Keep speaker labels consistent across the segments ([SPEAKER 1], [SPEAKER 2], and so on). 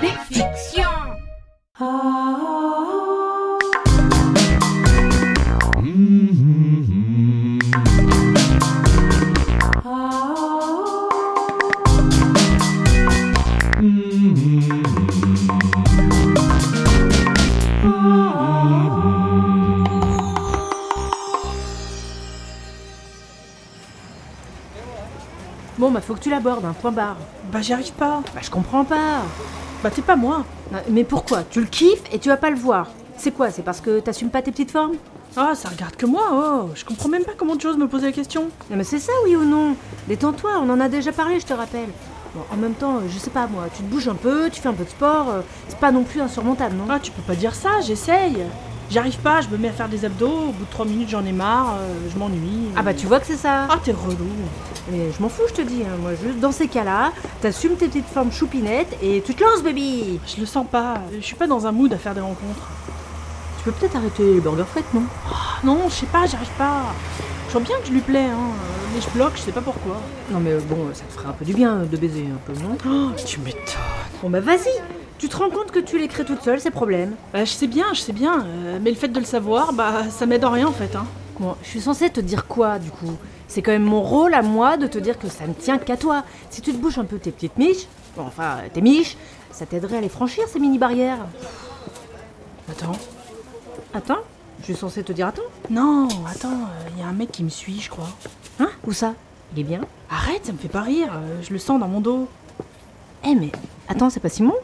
[SPEAKER 1] Big Fiction.
[SPEAKER 2] Bon, bah faut que tu l'abordes, un point barre.
[SPEAKER 3] Bah j'y arrive pas.
[SPEAKER 2] Bah je comprends pas.
[SPEAKER 3] Bah t'es pas moi.
[SPEAKER 2] Non, Mais pourquoi Tu le kiffes et tu vas pas le voir. C'est quoi C'est parce que t'assumes pas tes petites formes
[SPEAKER 3] Ah ça regarde que moi, oh. Je comprends même pas comment tu oses me poser la question.
[SPEAKER 2] Non mais c'est ça oui ou non Détends-toi, on en a déjà parlé, je te rappelle. Bon, en même temps, euh, je sais pas moi, tu te bouges un peu, tu fais un peu de sport, euh, c'est pas non plus insurmontable, non
[SPEAKER 3] Ah tu peux pas dire ça, j'essaye. J'y arrive pas, je me mets à faire des abdos, au bout de 3 minutes j'en ai marre, euh, je m'ennuie.
[SPEAKER 2] Ah bah tu vois que c'est ça
[SPEAKER 3] Ah t'es relou.
[SPEAKER 2] Mais je m'en fous, je te dis, hein, moi juste dans ces cas-là, t'assumes tes petites formes choupinettes et tu te lances, baby
[SPEAKER 3] Je le sens pas, je suis pas dans un mood à faire des rencontres.
[SPEAKER 2] Tu peux peut-être arrêter les burgers frites, non
[SPEAKER 3] Ah, non, je sais pas, j'y arrive pas. Je vois bien que je lui plais, hein, euh, mais je bloque, je sais pas pourquoi.
[SPEAKER 2] Non mais euh, bon, ça te ferait un peu du bien euh, de baiser un peu, non
[SPEAKER 3] Oh, tu m'étonnes.
[SPEAKER 2] Bon bah vas-y Tu te rends compte que tu les crées toute seule, c'est problème.
[SPEAKER 3] Bah je sais bien, je sais bien, euh, mais le fait de le savoir, bah ça m'aide en rien en fait, hein.
[SPEAKER 2] Bon, je suis censée te dire quoi du coup C'est quand même mon rôle à moi de te dire que ça ne tient qu'à toi. Si tu te bouches un peu tes petites miches, bon enfin euh, tes miches, ça t'aiderait à les franchir ces mini barrières.
[SPEAKER 3] Attends.
[SPEAKER 2] Attends, je suis censée te dire attends.
[SPEAKER 3] Non, attends, il y a un mec qui me suit, je crois.
[SPEAKER 2] Hein Où ça Il est bien
[SPEAKER 3] Arrête, ça me fait pas rire, euh, je le sens dans mon dos.
[SPEAKER 2] Eh mais attends, c'est pas Simon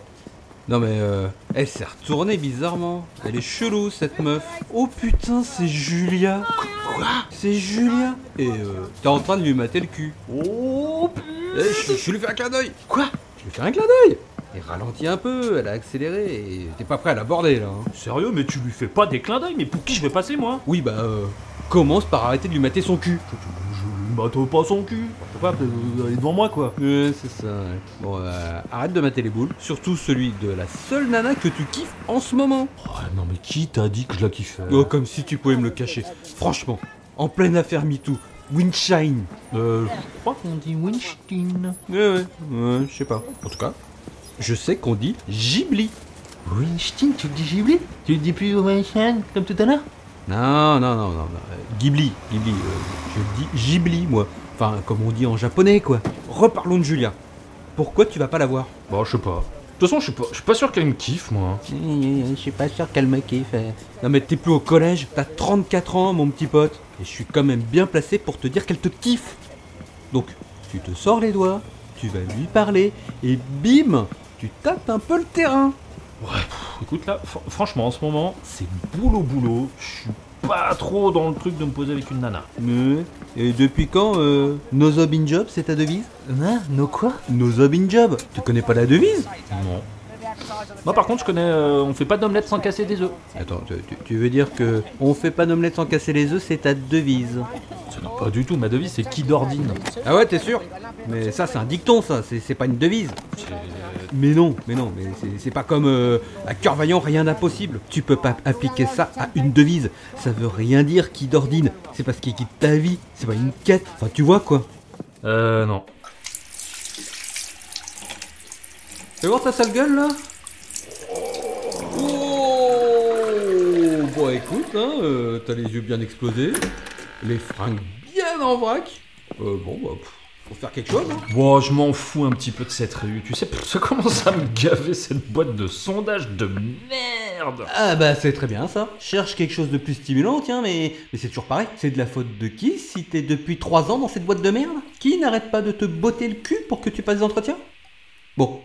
[SPEAKER 4] Non mais euh, elle s'est retournée bizarrement. Elle est chelou cette meuf. Oh putain, c'est Julia. Quoi C'est Julia. Et euh, t'es en train de lui mater le cul. Oh putain. Je, je lui fais un clin d'œil. Quoi Je lui fais un clin d'œil. Et ralentit un peu, elle a accéléré. Et t'es pas prêt à l'aborder là. hein.
[SPEAKER 5] Sérieux, mais tu lui fais pas des clins d'œil, mais pour qui je vais passer moi
[SPEAKER 4] Oui bah euh, commence par arrêter de lui mater son cul.
[SPEAKER 5] Je lui mate pas son cul. Pourquoi Euh, Elle est devant moi quoi.
[SPEAKER 4] Ouais, c'est ça. ouais. Bon, euh, arrête de mater les boules. Surtout celui de la seule nana que tu kiffes en ce moment.
[SPEAKER 5] Ah, non mais qui t'a dit que je la kiffais
[SPEAKER 4] Oh, comme si tu pouvais me le cacher. Franchement, en pleine affaire MeToo, Windshine.
[SPEAKER 5] Euh, je crois qu'on dit Winstein.
[SPEAKER 4] Ouais, ouais, ouais, je sais pas. En tout cas, je sais qu'on dit Ghibli.
[SPEAKER 5] Winstein, tu le dis Ghibli Tu le dis plus Winstein comme tout à l'heure
[SPEAKER 4] Non, non, non, non. non, euh, Ghibli, Ghibli. euh, je dis Ghibli, moi. Enfin, comme on dit en japonais, quoi. Reparlons de Julia. Pourquoi tu vas pas la voir
[SPEAKER 5] Bah je sais pas. De toute façon, je suis pas, je suis pas sûr qu'elle me kiffe moi. hein.
[SPEAKER 4] Je suis pas sûr qu'elle me kiffe. euh. Non, mais t'es plus au collège, t'as 34 ans, mon petit pote. Et je suis quand même bien placé pour te dire qu'elle te kiffe. Donc, tu te sors les doigts, tu vas lui parler, et bim, tu tapes un peu le terrain.
[SPEAKER 5] Ouais, pff, écoute là, fr- franchement en ce moment, c'est boulot boulot. Je suis pas trop dans le truc de me poser avec une nana.
[SPEAKER 4] Ouais. Et depuis quand euh, No Job in Job, c'est ta devise
[SPEAKER 5] Hein No quoi
[SPEAKER 4] No Job in Job Tu connais pas la devise
[SPEAKER 5] Non. Moi par contre, je connais. euh, on fait pas d'omelette sans casser des œufs.
[SPEAKER 4] Attends, tu, tu- tu veux dire que on fait pas d'omelette sans casser les œufs, c'est ta devise
[SPEAKER 5] C'est pas du tout, ma devise c'est qui d'ordine.
[SPEAKER 4] Ah ouais, t'es sûr Mais ça, c'est un dicton, ça, c'est c'est pas une devise. Mais non, mais non, mais c'est- c'est pas comme euh, à cœur vaillant, rien d'impossible. Tu peux pas appliquer ça à une devise. Ça veut rien dire qui d'ordine. C'est parce qu'il quitte ta vie, c'est pas une quête. Enfin, tu vois quoi
[SPEAKER 5] Euh, non.
[SPEAKER 4] Tu voir ta sale gueule là Oh Bon écoute, hein, euh, t'as les yeux bien explosés, les fringues bien en vrac. Euh, bon bah, pff, faut faire quelque chose. hein.
[SPEAKER 5] Bon, je m'en fous un petit peu de cette réu. Tu sais, ça commence à me gaver cette boîte de sondage de merde.
[SPEAKER 4] Ah bah c'est très bien ça. Cherche quelque chose de plus stimulant, tiens, mais, mais c'est toujours pareil. C'est de la faute de qui si t'es depuis 3 ans dans cette boîte de merde Qui n'arrête pas de te botter le cul pour que tu passes des entretiens Bon.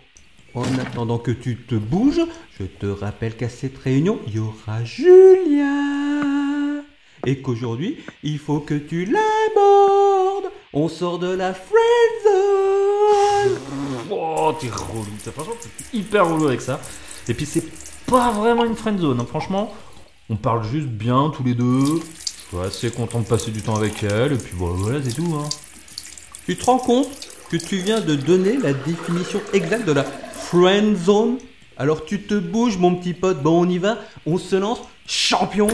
[SPEAKER 4] En attendant que tu te bouges, je te rappelle qu'à cette réunion, il y aura Julia. Et qu'aujourd'hui, il faut que tu l'abordes. On sort de la friendzone.
[SPEAKER 5] Oh, t'es relou. T'as façon, t'es hyper relou avec ça. Et puis, c'est pas vraiment une friend zone. hein. Franchement, on parle juste bien tous les deux. Je suis assez content de passer du temps avec elle. Et puis, bon, voilà, c'est tout. Hein.
[SPEAKER 4] Tu te rends compte que tu viens de donner la définition exacte de la friend zone Alors tu te bouges, mon petit pote. Bon, on y va. On se lance. Champion.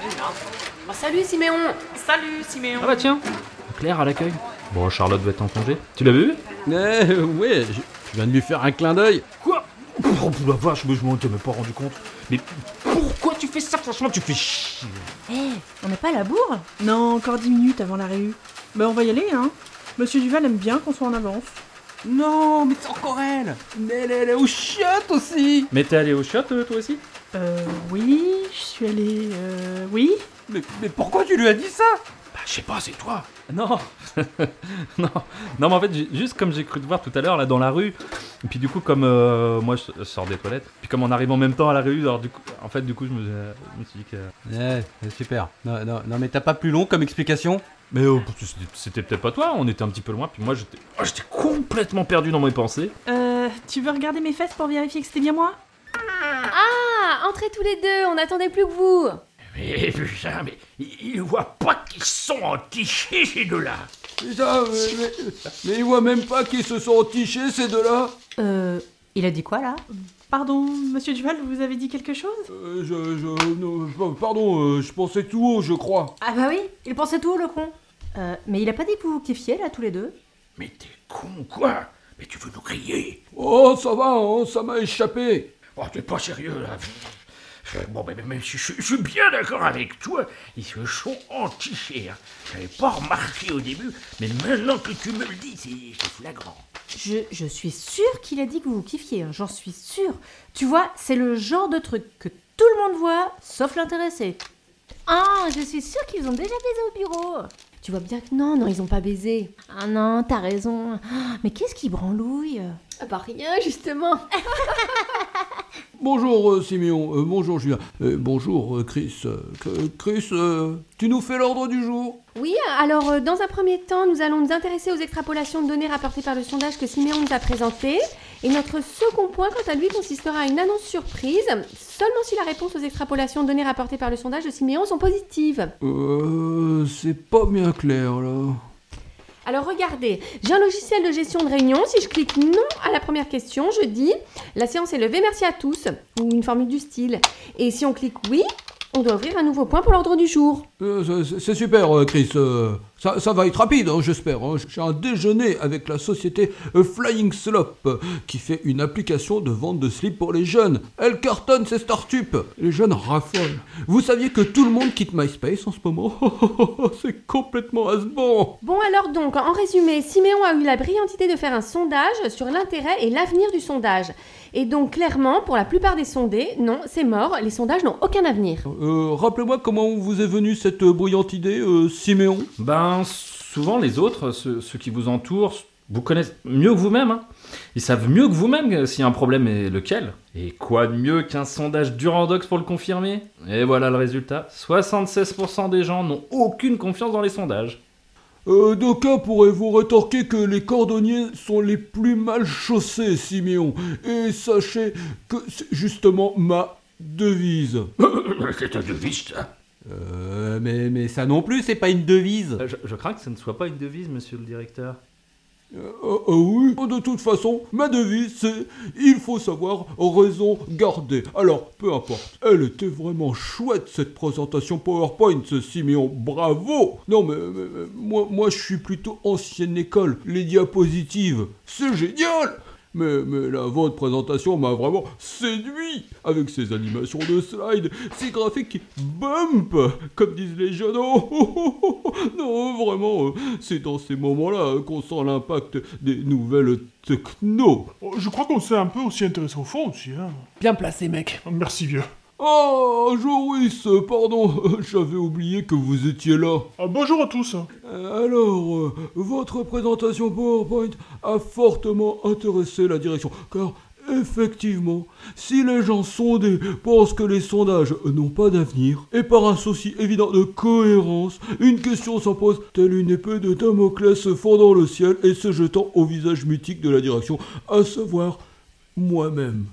[SPEAKER 6] Oh, salut Siméon
[SPEAKER 3] Salut Siméon.
[SPEAKER 5] Ah bah tiens, Claire à l'accueil. Bon, Charlotte va être en congé. Tu l'as vu
[SPEAKER 4] Eh ouais, je, je viens de lui faire un clin d'œil.
[SPEAKER 5] Quoi Oh la vache, mais je m'en étais même pas rendu compte. Mais pourquoi tu fais ça Franchement, tu fais chier.
[SPEAKER 2] Eh, on n'est pas à la bourre
[SPEAKER 3] Non, encore 10 minutes avant la réu. Ben on va y aller, hein. Monsieur Duval aime bien qu'on soit en avance.
[SPEAKER 7] Non, mais c'est encore elle Mais elle, elle est au chiottes aussi
[SPEAKER 5] Mais t'es allé au shot euh, toi aussi
[SPEAKER 3] Euh, oui, je suis allée. Euh, oui.
[SPEAKER 7] mais, mais pourquoi tu lui as dit ça
[SPEAKER 5] Bah, je sais pas, c'est toi. Non. non. Non, mais en fait, ju- juste comme j'ai cru te voir tout à l'heure, là, dans la rue, et puis du coup, comme euh, moi, je je sors des toilettes, puis comme on arrive en même temps à la rue, alors du coup, en fait, du coup, je me, je me suis dit que...
[SPEAKER 7] Eh, super. Non, non, non, mais t'as pas plus long comme explication
[SPEAKER 5] Mais euh, c'était- c'était peut-être pas toi, on était un petit peu loin, puis moi, j'étais oh, j'étais complètement perdu dans mes pensées.
[SPEAKER 3] Euh, tu veux regarder mes fesses pour vérifier que c'était bien moi
[SPEAKER 8] Ah, entrez tous les deux, on n'attendait plus que vous
[SPEAKER 9] Mais putain, mais ils voient pas qu'ils sont entichés ces deux-là.
[SPEAKER 7] Putain, mais, mais, mais ils voient même pas qu'ils se sont entichés ces deux-là
[SPEAKER 2] Euh, il a dit quoi là
[SPEAKER 3] Pardon, monsieur Duval, vous avez dit quelque chose
[SPEAKER 7] Euh, je, je- non, pa- Pardon, euh, je pensais tout haut, je crois.
[SPEAKER 2] Ah bah oui, il pensait tout le con. Euh, mais il a pas dit que vous vous kiffiez là tous les deux
[SPEAKER 9] Mais t'es con ou quoi Mais tu veux nous griller
[SPEAKER 7] Oh, ça va, hein, ça m'a échappé
[SPEAKER 9] Oh, t'es pas sérieux là Pff, Bon, mais, mais- mais je, je- je suis bien d'accord avec toi, ils se sont entichés. Hein. J'avais pas remarqué au début, mais maintenant que tu me le dis, c'est- c'est flagrant.
[SPEAKER 2] je, je suis sûre qu'il a dit que vous vous kiffiez, hein, j'en suis sûre. Tu vois, c'est le genre de truc que tout le monde voit, sauf l'intéressé. Ah, je suis sûre qu'ils ont déjà baisé au bureau. Tu vois bien que non, non, ils ont pas baisé. Ah non, t'as raison. Ah, Mais qu'est-ce qui branlouille
[SPEAKER 8] Ah bah rien, justement
[SPEAKER 7] Bonjour, euh, Simeon. Euh, bonjour, Julien. Euh, bonjour, euh, Chris. Euh, que- Chris, euh, tu nous fais l'ordre du jour
[SPEAKER 8] Oui, alors euh, dans un premier temps, nous allons nous intéresser aux extrapolations de données rapportées par le sondage que Siméon nous a présenté. Et notre second point, quant à lui, consistera à une annonce surprise, seulement si la réponse aux extrapolations de données rapportées par le sondage de Siméon sont positives.
[SPEAKER 7] Euh, c'est pas bien clair, là.
[SPEAKER 8] Alors regardez, j'ai un logiciel de gestion de réunion. Si je clique non à la première question, je dis la séance est levée, merci à tous, ou une formule du style. Et si on clique oui, on doit ouvrir un nouveau point pour l'ordre du jour.
[SPEAKER 7] Euh, c'est- c'est- c'est super, euh, Chris. euh, ça, ça va être rapide, hein, j'espère. hein. J'ai un déjeuner avec la société euh, Flying Slop, euh, qui fait une application de vente de slip pour les jeunes. Elle cartonne ses startups. Les jeunes raffolent. Vous saviez que tout le monde quitte MySpace en ce moment C'est complètement à ce bon.
[SPEAKER 8] Bon alors donc, en résumé, Siméon a eu la brillante idée de faire un sondage sur l'intérêt et l'avenir du sondage. Et donc clairement, pour la plupart des sondés, non, c'est mort, les sondages n'ont aucun avenir.
[SPEAKER 7] Euh, Rappelez-moi comment vous est venue cette euh, brillante idée, euh, Siméon
[SPEAKER 5] Ben, souvent les autres, ceux, ceux qui vous entourent, vous connaissent mieux que vous-même. hein. Ils savent mieux que vous-même euh, si un problème est lequel. Et quoi de mieux qu'un sondage Durandox pour le confirmer Et voilà le résultat. 76% des gens n'ont aucune confiance dans les sondages.
[SPEAKER 7] Euh, D'aucuns pourraient vous rétorquer que les cordonniers sont les plus mal chaussés, Siméon. Et sachez que c'est justement ma devise.
[SPEAKER 9] c'est hein. ta devise, ça
[SPEAKER 7] Euh, mais, mais ça non plus, c'est pas une devise.
[SPEAKER 5] Euh, Je, crains que ce ne soit pas une devise, monsieur le directeur.
[SPEAKER 7] Oh, oh oui, de toute façon, ma devise, c'est il faut savoir raison garder. Alors, peu importe. Elle était vraiment chouette, cette présentation PowerPoint, ce Siméon. Bravo Non, mais, mais- mais moi, moi, je suis plutôt ancienne école. Les diapositives, c'est génial mais, mais la votre présentation m'a vraiment séduit avec ses animations de slides, ses graphiques bump, comme disent les jeunes. Oh, oh, oh, oh, oh. non, vraiment, euh, c'est dans ces moments-là euh, qu'on sent l'impact des nouvelles techno.
[SPEAKER 10] Oh, Je crois qu'on s'est un peu aussi intéressé au fond aussi. Hein.
[SPEAKER 11] Bien placé, mec.
[SPEAKER 10] Oh, Merci vieux.
[SPEAKER 7] Oh, Joris, euh, pardon, euh, j'avais oublié que vous étiez là.
[SPEAKER 10] Ah, bonjour à tous.
[SPEAKER 7] Euh, Alors, euh, votre présentation PowerPoint a fortement intéressé la direction, car effectivement, si les gens sondés pensent que les sondages n'ont pas d'avenir, et par un souci évident de cohérence, une question s'impose telle une épée de Damoclès se fendant le ciel et se jetant au visage mythique de la direction, à savoir moi-même.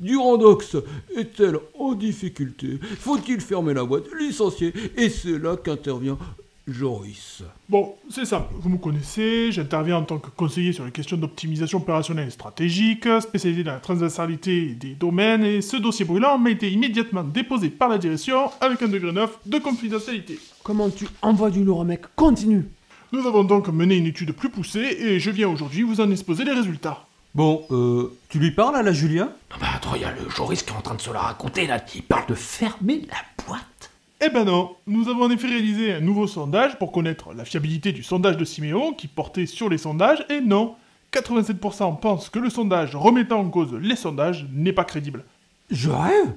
[SPEAKER 7] Durandox est-elle en difficulté Faut-il fermer la boîte, licencier Et c'est là qu'intervient Joris.
[SPEAKER 10] Bon, c'est simple. Vous me connaissez, j'interviens en tant que conseiller sur les questions d'optimisation opérationnelle et stratégique, spécialisé dans la transversalité des domaines, et ce dossier brûlant m'a été immédiatement déposé par la direction avec un degré 9 de confidentialité.
[SPEAKER 11] Comment tu envoies du lourd, mec Continue.
[SPEAKER 10] Nous avons donc mené une étude plus poussée, et je viens aujourd'hui vous en exposer les résultats.
[SPEAKER 7] Bon, euh, tu lui parles à la Julien
[SPEAKER 9] Ah bah Attends, il y a le Joris qui est en train de se la raconter là, qui parle de fermer la boîte.
[SPEAKER 10] Eh ben non, nous avons en effet réalisé un nouveau sondage pour connaître la fiabilité du sondage de Siméon qui portait sur les sondages et non, 87% pensent que le sondage remettant en cause les sondages n'est pas crédible.
[SPEAKER 7] Je rêve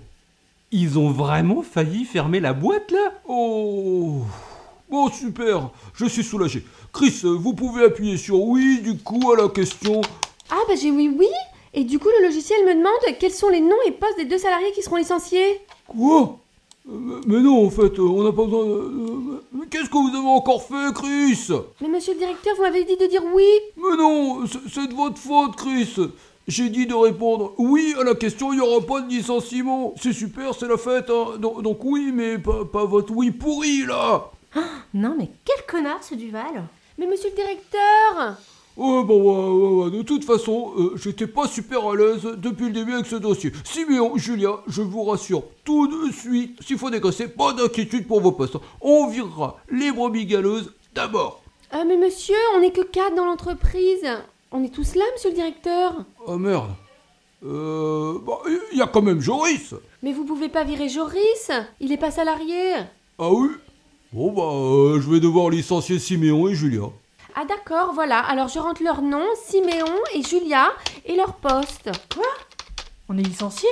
[SPEAKER 7] Ils ont vraiment failli fermer la boîte là Oh Bon super, je suis soulagé. Chris, euh, vous pouvez appuyer sur oui du coup à la question.
[SPEAKER 8] Ah bah j'ai oui oui Et du coup le logiciel me demande quels sont les noms et postes des deux salariés qui seront licenciés.
[SPEAKER 7] Quoi Euh, Mais non en fait, euh, on n'a pas besoin de... euh, mais Qu'est-ce que vous avez encore fait Chris
[SPEAKER 8] Mais monsieur le directeur, vous m'avez dit de dire oui
[SPEAKER 7] Mais non, c'est c'est de votre faute Chris j'ai dit de répondre oui à la question, il n'y aura pas de licenciement. C'est super, c'est la fête. hein. Donc, donc oui, mais pas, pas votre oui pourri là.
[SPEAKER 2] Non, mais quel connard ce Duval
[SPEAKER 8] Mais monsieur le directeur
[SPEAKER 7] Ouais, bon, ouais, ouais, ouais, de toute façon, euh, j'étais pas super à l'aise depuis le début avec ce dossier. Siméon, Julien, je vous rassure, tout de suite, s'il faut décasser, pas d'inquiétude pour vos postes. On virera les brebis galeuses d'abord.
[SPEAKER 8] Ah mais monsieur, on n'est que quatre dans l'entreprise On est tous là, monsieur le directeur
[SPEAKER 7] Oh merde. Euh. Bah, y a quand même Joris
[SPEAKER 8] Mais vous pouvez pas virer Joris Il est pas salarié
[SPEAKER 7] Ah oui Bon, bah, euh, je vais devoir licencier Siméon et Julien.
[SPEAKER 8] Ah d'accord, voilà, alors je rentre leur nom, Siméon et Julia, et leur poste.
[SPEAKER 3] On est licencié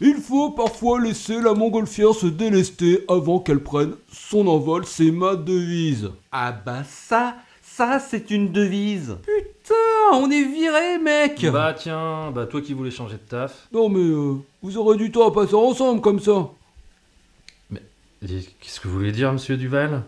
[SPEAKER 7] Il faut parfois laisser la montgolfière se délester avant qu'elle prenne son envol, c'est ma devise. Ah bah ça, ça c'est une devise. Putain, on est viré mec
[SPEAKER 5] Bah tiens, bah toi qui voulais changer de taf.
[SPEAKER 7] Non mais euh, vous aurez du temps à passer ensemble comme ça.
[SPEAKER 5] Et Qu'est-ce que vous voulez dire, monsieur Duval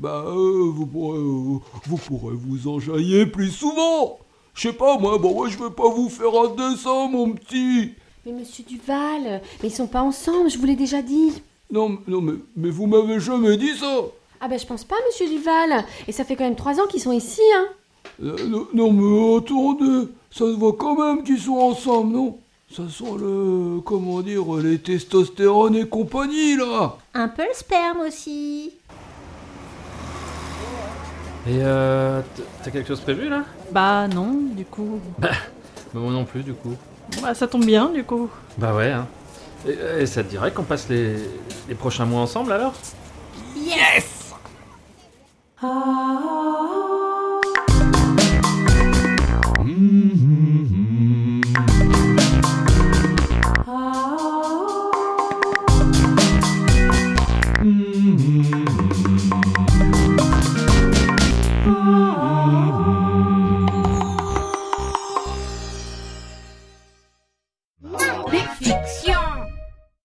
[SPEAKER 7] Bah euh, vous pourrez euh, vous pourrez vous enjailler plus souvent. Je sais pas moi, bon moi je vais pas vous faire un dessin mon petit.
[SPEAKER 8] Mais monsieur Duval, mais ils sont pas ensemble, je vous l'ai déjà dit
[SPEAKER 7] Non mais- non mais, mais vous m'avez jamais dit ça.
[SPEAKER 8] Ah bah je pense pas, monsieur Duval Et ça fait quand même trois ans qu'ils sont ici, hein
[SPEAKER 7] Euh, non, non, mais attendez, ça se voit quand même qu'ils sont ensemble, non Ça sent le. comment dire, les testostérones et compagnie, là
[SPEAKER 2] Un peu le sperme aussi.
[SPEAKER 5] Et euh. t- T'as quelque chose prévu là
[SPEAKER 3] Bah non, du coup.
[SPEAKER 5] Bah moi non plus, du coup.
[SPEAKER 3] Bah ça tombe bien, du coup.
[SPEAKER 5] Bah ouais, hein. Et, et ça te dirait qu'on passe les, les prochains mois ensemble alors
[SPEAKER 12] Fiction